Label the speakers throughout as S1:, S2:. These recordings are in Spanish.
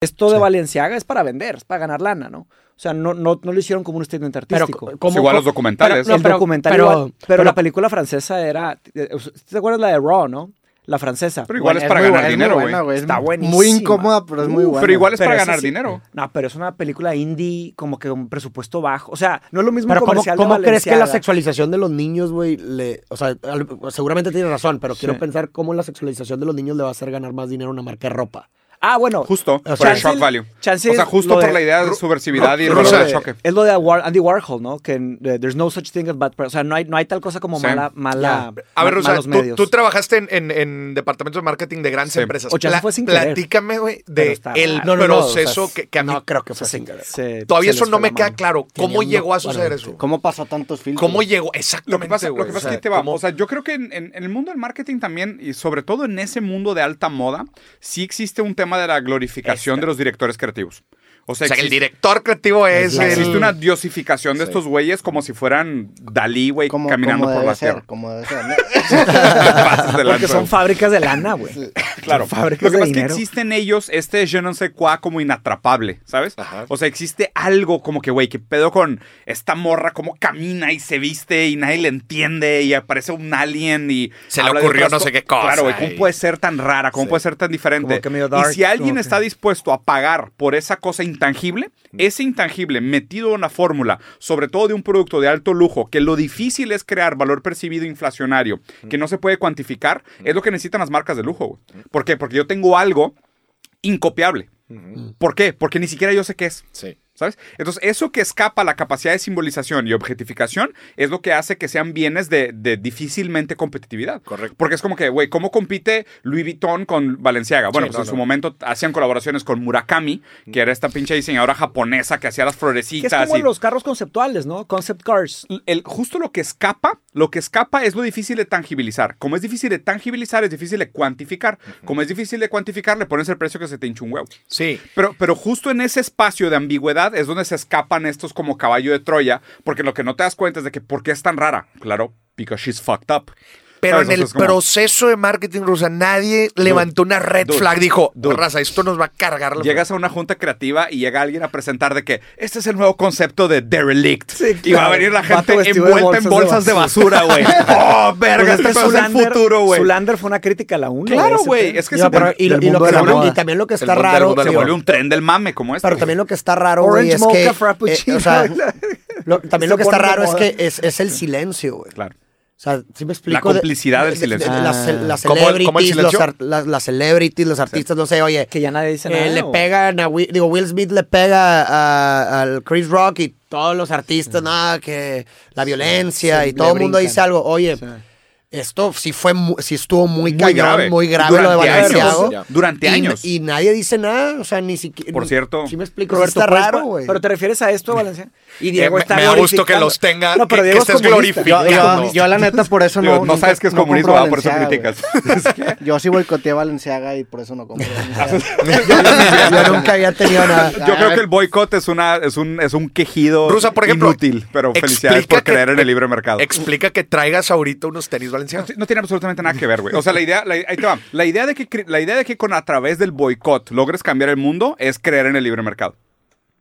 S1: Esto de Valenciaga es para vender, es para ganar lana, ¿no? O sea, no, no, no lo hicieron como un statement artístico.
S2: Es igual los documentales.
S1: el documental
S3: pero-
S1: igual, pero,
S3: pero-
S1: la película francesa era... eh, ¿Te acuerdas la de Raw, no? La francesa.
S2: Pero igual es para
S4: muy
S2: ganar
S4: buena, es muy
S2: dinero, güey.
S4: buena, Ah, güey. Es
S1: Está buenísima.
S4: Muy incómoda, pero es muy
S1: Uf,
S4: buena.
S2: Pero igual es
S1: Pero
S2: para
S1: esa
S2: ganar
S1: sí-
S2: dinero.
S1: No, pero es una película indie, como que un presupuesto bajo. O sea, no es lo mismo
S3: Pero
S1: un
S3: ¿cómo,
S1: comercial
S3: cómo
S1: de
S3: crees que la
S1: Balenciaga.
S3: sexualización de los niños, güey, le... O sea, al- seguramente tiene razón, pero quiero
S1: Sí.
S3: pensar cómo la sexualización de los niños le va a hacer ganar más dinero a una marca de ropa.
S1: Ah, bueno.
S2: Justo,
S3: sea,
S2: por el
S3: chance
S2: shock
S1: el-
S2: value.
S1: chance
S2: o sea,
S1: es
S2: justo
S1: lo
S2: por
S1: de-
S2: la idea de
S1: Ru-
S2: subversividad y el
S1: Rulo
S2: valor del
S1: de-
S2: choque.
S1: Es lo de War- Andy Warhol, ¿no? Que eh, there's no such thing as bad press. O sea, no hay, no hay tal cosa como
S2: Sí.
S1: mala, mala,
S5: A ver,
S1: ma-
S5: o sea,
S1: malos
S5: tú,
S1: medios.
S5: tú trabajaste en, en, en departamentos de marketing de grandes
S2: Sí.
S5: empresas.
S1: O sea,
S5: Pla-
S1: fue sin querer.
S5: platícame, güey,
S1: Pero
S5: de
S1: está-
S5: el
S1: Ah,
S3: No, no, no, o sea,
S5: proceso que, que a mí
S3: No creo que fue
S1: Se-
S3: sin querer.
S1: se-
S5: todavía
S1: se
S5: eso
S1: les
S5: no
S1: fue
S5: me
S1: la
S5: queda
S1: mano.
S5: claro. ¿Cómo
S3: Tenían
S5: llegó a
S3: unos
S5: suceder eso? ¿Cómo,
S4: ¿Cómo pasó tantos filtros?
S5: llegó?
S2: Lo que
S5: Exactamente,
S2: pasa, lo
S5: güey.
S2: que pasa
S5: O
S2: es
S5: sea,
S2: que te va,
S5: ¿cómo-
S2: o sea, yo creo que en, en- en el mundo del marketing también, y sobre todo en ese mundo de alta moda, sí existe un tema de la glorificación de los directores creativos. O sea,
S5: o sea, que el
S2: existe-
S5: director creativo es
S2: Sí,
S5: el...
S2: existe una diosificación de estos güeyes como si fueran Dalí, güey,
S4: Como-
S2: caminando
S4: como
S2: por
S4: debe
S2: la
S4: ser,
S2: tierra.
S4: Como debe ser. ¿no?
S2: Pases de
S1: Porque
S2: lanza,
S1: son
S2: güey.
S1: fábricas de lana, güey.
S2: Claro.
S1: son fábricas
S2: Lo que
S1: de
S2: pasa es que
S1: dinero.
S2: existe en ellos este je no sé cuá como inatrapable, ¿sabes?
S5: Ajá.
S2: O sea, existe algo como que, güey, que pedo con esta morra, cómo camina y se viste y nadie le entiende y aparece un alien y...
S5: Se le
S2: habla de
S5: ocurrió
S2: otras
S5: no sé
S2: co-
S5: qué cosa
S2: Claro, güey, cómo
S5: y-
S2: puede ser tan rara, cómo
S5: Sí.
S2: puede ser tan diferente.
S1: Como que medio dark,
S2: y si alguien
S1: como que- Mm.
S2: está dispuesto a pagar por esa cosa intangible, ese intangible metido en una fórmula, sobre todo de un producto de alto lujo, que lo difícil es crear valor percibido inflacionario,
S1: Mm.
S2: que no se puede cuantificar, es lo que necesitan las marcas de lujo. güey. ¿Por qué? Porque yo tengo algo incopiable.
S1: Mm.
S2: ¿Por qué? Porque ni siquiera yo sé qué es.
S5: Sí.
S2: ¿Sabes? Entonces, eso que escapa a la capacidad de simbolización y objetificación es lo que hace que sean bienes de, de difícilmente competitividad.
S5: Correcto.
S2: Porque es como que, güey, ¿cómo compite Louis Vuitton con Balenciaga? Bueno,
S5: Sí,
S2: pues
S5: no,
S2: en su
S5: no.
S2: momento hacían colaboraciones con Murakami, que era esta pinche diseñadora japonesa que hacía las
S1: Que es
S2: florecitas.
S1: como
S2: y-
S1: los carros conceptuales, ¿no? Concept cars.
S2: el, justo lo que escapa, lo que escapa es lo difícil de tangibilizar. Como es difícil de tangibilizar, es difícil de cuantificar. Como es difícil de cuantificar, le pones el precio que se te hincha un huevo.
S5: Sí.
S2: Pero, pero justo en ese espacio de ambigüedad es donde se escapan estos como caballo de Troya, porque lo que no te das cuenta es de que por qué es tan rara. Claro, because she's fucked up.
S5: Pero
S2: ¿Sabes?
S5: en el
S2: Entonces, como-
S5: proceso de marketing rusa, nadie levantó una red
S2: Dude.
S5: flag. Dijo,
S2: Dude.
S5: raza, esto nos va a cargar la
S2: Llegas a una junta creativa y llega alguien a presentar de que este es el nuevo concepto de derelict. Y va a venir la
S1: Vato
S2: gente
S1: vestido de
S2: envuelta en bolsas
S1: bolsas
S2: de
S1: de
S2: basura, güey. ¡Oh, verga!
S1: Pues es
S2: este
S1: que
S2: pedo es el
S1: Zoolander-
S2: futuro, güey.
S1: Zoolander fue una crítica a la una.
S2: Claro,
S1: ese
S2: güey.
S1: pedo.
S2: Es que
S3: No,
S2: se
S3: pero- y,
S4: del
S3: y lo
S4: mundo
S3: que
S4: de la
S3: se vuelve-
S4: moda.
S3: y también lo que
S5: El
S3: está
S5: mundo de la
S3: raro,
S5: moda,
S2: se
S5: la
S3: digo,
S2: vuelve un tren del mame como este.
S3: pero también lo que está raro, güey,
S1: Orange
S3: es
S1: mocha
S3: que... eh,
S1: frappuccino.
S3: o sea, lo-
S1: Se
S3: también lo que está
S1: pone de
S3: raro es
S1: moda.
S3: que es, es el silencio, güey.
S2: Claro.
S3: O sea, sí me explico.
S2: La complicidad del silencio.
S1: Ah.
S3: las, las
S5: ¿Cómo-
S3: celebrities,
S5: cómo el silencio?
S3: Los, ar- las, las celebrities, los artistas, no sé, oye.
S1: Que ya nadie dice
S3: eh,
S1: nada,
S3: Le
S1: ¿o?
S3: pegan a Will, digo, Will Smith le pega a- al Chris Rock y todos los artistas, nada, que la violencia
S1: Mm. sí,
S3: y todo
S1: le
S3: el mundo dice
S1: brincan.
S3: algo. Oye,
S1: Sí.
S3: esto sí fue, mu- sí estuvo muy,
S2: Muy
S3: cañón,
S2: grave.
S3: muy grave lo de
S2: Durante
S5: años.
S3: Balenciago.
S5: Ya.
S2: Durante
S3: Y-
S2: años.
S3: Y nadie dice nada, o sea, ni siquiera.
S2: Por cierto.
S3: Sí me explico,
S1: Roberto,
S3: está
S1: ¿puedes
S3: raro,
S1: pa-
S3: güey.
S1: Pero te refieres a esto, Valencia. Y
S5: Eh,
S1: Diego
S5: me-
S1: está
S5: me da gusto
S1: glorificando.
S5: que los tenga,
S1: No, pero
S5: que-
S1: Diego
S5: que estés
S1: es comunista.
S5: glorificando.
S4: Yo, yo,
S5: Picando.
S4: yo, la neta, por eso
S2: Digo,
S4: no.
S2: no
S4: nunca-
S2: sabes que es
S4: no
S2: comunismo, ¿verdad?
S4: compro
S2: por eso criticas.
S4: Balenciaga, güey. Yo sí boicoteé Valenciaga y por eso no compro. Balenciaga.
S3: Yo nunca había tenido nada.
S2: Yo creo que el boicot es una es un es un quejido
S5: Rusa, por ejemplo,
S2: inútil, pero felicidades
S5: explica
S2: por creer
S5: que-
S2: en el libre mercado.
S5: Explica que traigas ahorita unos tenis valencianos.
S2: No tiene absolutamente nada que ver, güey. O sea, la idea, la, ahí te va. La idea de que cre- la idea de que con a través del boicot logres cambiar el mundo es creer en el libre mercado.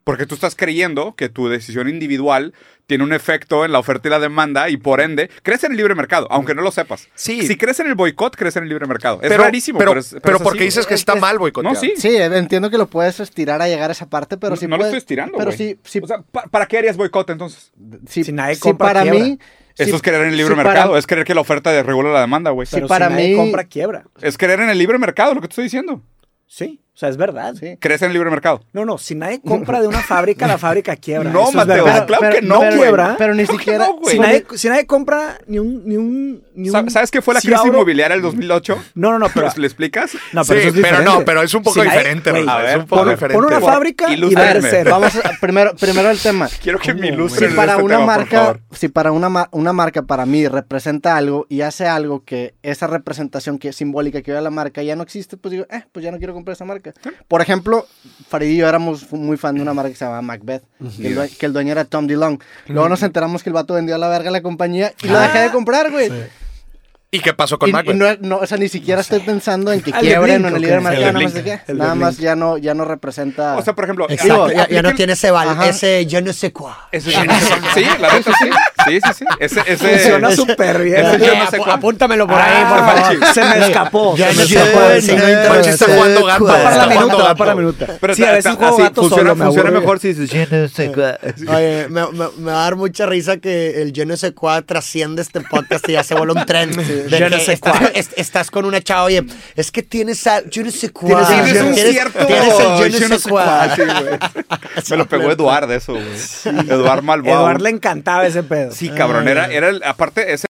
S2: Porque tú estás creyendo que tu decisión individual tiene un efecto en la oferta y la demanda y por ende crees en el libre mercado, aunque no lo sepas.
S5: Sí.
S2: Si crees en el boicot, crees en el libre mercado. Es rarísimo, pero,
S5: pero,
S2: es- pero
S5: pero
S2: es
S5: porque
S2: así,
S5: dices que
S2: güey.
S5: está mal boicotear.
S2: No, sí.
S4: Sí, entiendo que lo puedes estirar a llegar a esa parte, pero
S2: No,
S4: sí
S2: no lo
S4: puede-
S2: estoy estirando,
S4: Pero
S2: güey.
S4: sí, sí,
S2: O sea, ¿pa- ¿para qué harías boicot entonces?
S4: sí-
S1: si nadie
S4: sí
S1: compra,
S4: para
S1: quiebra.
S4: mí.
S2: Eso
S4: sí-
S2: es creer en el libre
S4: sí para-
S2: mercado, es creer que la oferta desregula la demanda, güey.
S4: Sí,
S1: Pero
S4: para
S1: si nadie
S4: mí-
S1: compra, quiebra.
S2: Es creer en el libre mercado, lo que te estoy diciendo.
S1: Sí, o sea, es verdad.
S4: Sí.
S2: ¿Crees en el libre mercado?
S1: No, no, si nadie compra de una fábrica, la fábrica quiebra.
S2: No,
S1: Eso es
S2: Mateo,
S1: verdad.
S2: claro que no,
S4: pero,
S1: quiebra.
S4: Pero ni
S2: Claro que
S4: siquiera.
S2: no, güey.
S1: Si nadie, si nadie compra ni un... Ni un, ni
S2: Sa-
S1: un-
S2: ¿Sabes qué fue la
S1: si
S2: crisis
S1: abro-
S2: inmobiliaria del 2008?
S1: No, no, no, pero...
S2: ¿Le explicas?
S1: No, pero eso
S5: Sí,
S1: es
S5: pero no,
S1: diferente.
S5: pero es un poco
S1: nadie-
S5: diferente,
S1: güey,
S5: Rafa,
S2: a
S5: es
S2: ver,
S5: un poco
S2: pon-
S5: diferente.
S1: Pon una
S2: Por-
S1: fábrica y
S2: ilústrame.
S1: va a ser.
S4: Vamos a- primero, primero el tema.
S2: Quiero que me
S4: Si
S2: ilustres
S4: para
S2: este
S4: una
S2: tema, por
S4: marca,
S2: favor.
S4: si para una, ma- una marca para mí representa algo y hace algo que esa representación que simbólica que veo a la marca ya no existe, pues digo, eh, pues ya no quiero comprar esa marca. Por ejemplo, Farid y yo éramos fu- muy fan de una marca que se llamaba Macbeth, que, el due- que el dueño era Tom DeLong. Luego nos enteramos que el vato vendió a la verga la compañía y la dejé de comprar, güey.
S5: ¿Y qué pasó con
S4: y,
S5: Mac?
S4: y no, no, o sea, ni siquiera estoy pensando en que
S1: Al de
S4: quiebren
S1: Blink,
S4: o en
S1: ¿o
S4: el
S1: qué?
S4: líder
S1: El
S4: mercado,
S5: de
S4: nada más de
S5: Blink.
S4: qué.
S1: El de
S4: Nada más
S1: Blink.
S4: ya no, ya no representa.
S2: O sea, por ejemplo,
S4: Exacto,
S2: ah,
S4: ya-
S2: apliquen-
S3: ese, val-
S4: Ajá.
S3: yo no sé cuál.
S2: Ese yo no sé cuál. Sí, la neta sí. Sí, sí, sí. Ese, ese.
S1: Funciona súper bien.
S2: ese yo
S3: Eh,
S2: no sé
S3: apú-
S2: cuál.
S3: Apúntamelo por ahí, por
S1: Ah,
S3: favor.
S1: se me escapó.
S3: Ya
S1: se me
S3: no sé
S1: escapó.
S3: cuál,
S1: Sí,
S3: no
S1: me
S3: interesa.
S1: interesa.
S5: Pancho está jugando gato.
S1: Va para
S5: está
S1: la
S5: jugando
S1: minuta, va
S5: gato.
S1: para la minuta.
S2: Pero
S1: sí, a
S2: ta-
S1: veces
S2: ta-
S1: juego
S2: así,
S1: gato
S2: funciona,
S1: solo, me
S2: funciona
S1: aburre.
S2: mejor si dices, "Yo no sé cuál".
S3: Oye, me, me- me va a dar mucha risa que el yo no sé cuál trasciende este podcast y ya se vuelve un tren. De
S1: Yo no
S3: que
S1: sé
S3: estás,
S1: cuál.
S3: es- estás con una chava, oye, es que tienes al yo no sé cuál.
S2: Tienes un cierto
S3: tienes el
S2: yo no sé cuál, sí, güey. Me lo pegó Eduardo eso, güey. Eduardo Malvado.
S1: Eduard le encantaba ese pedo.
S2: Sí, cabrón, era, era el, aparte, ese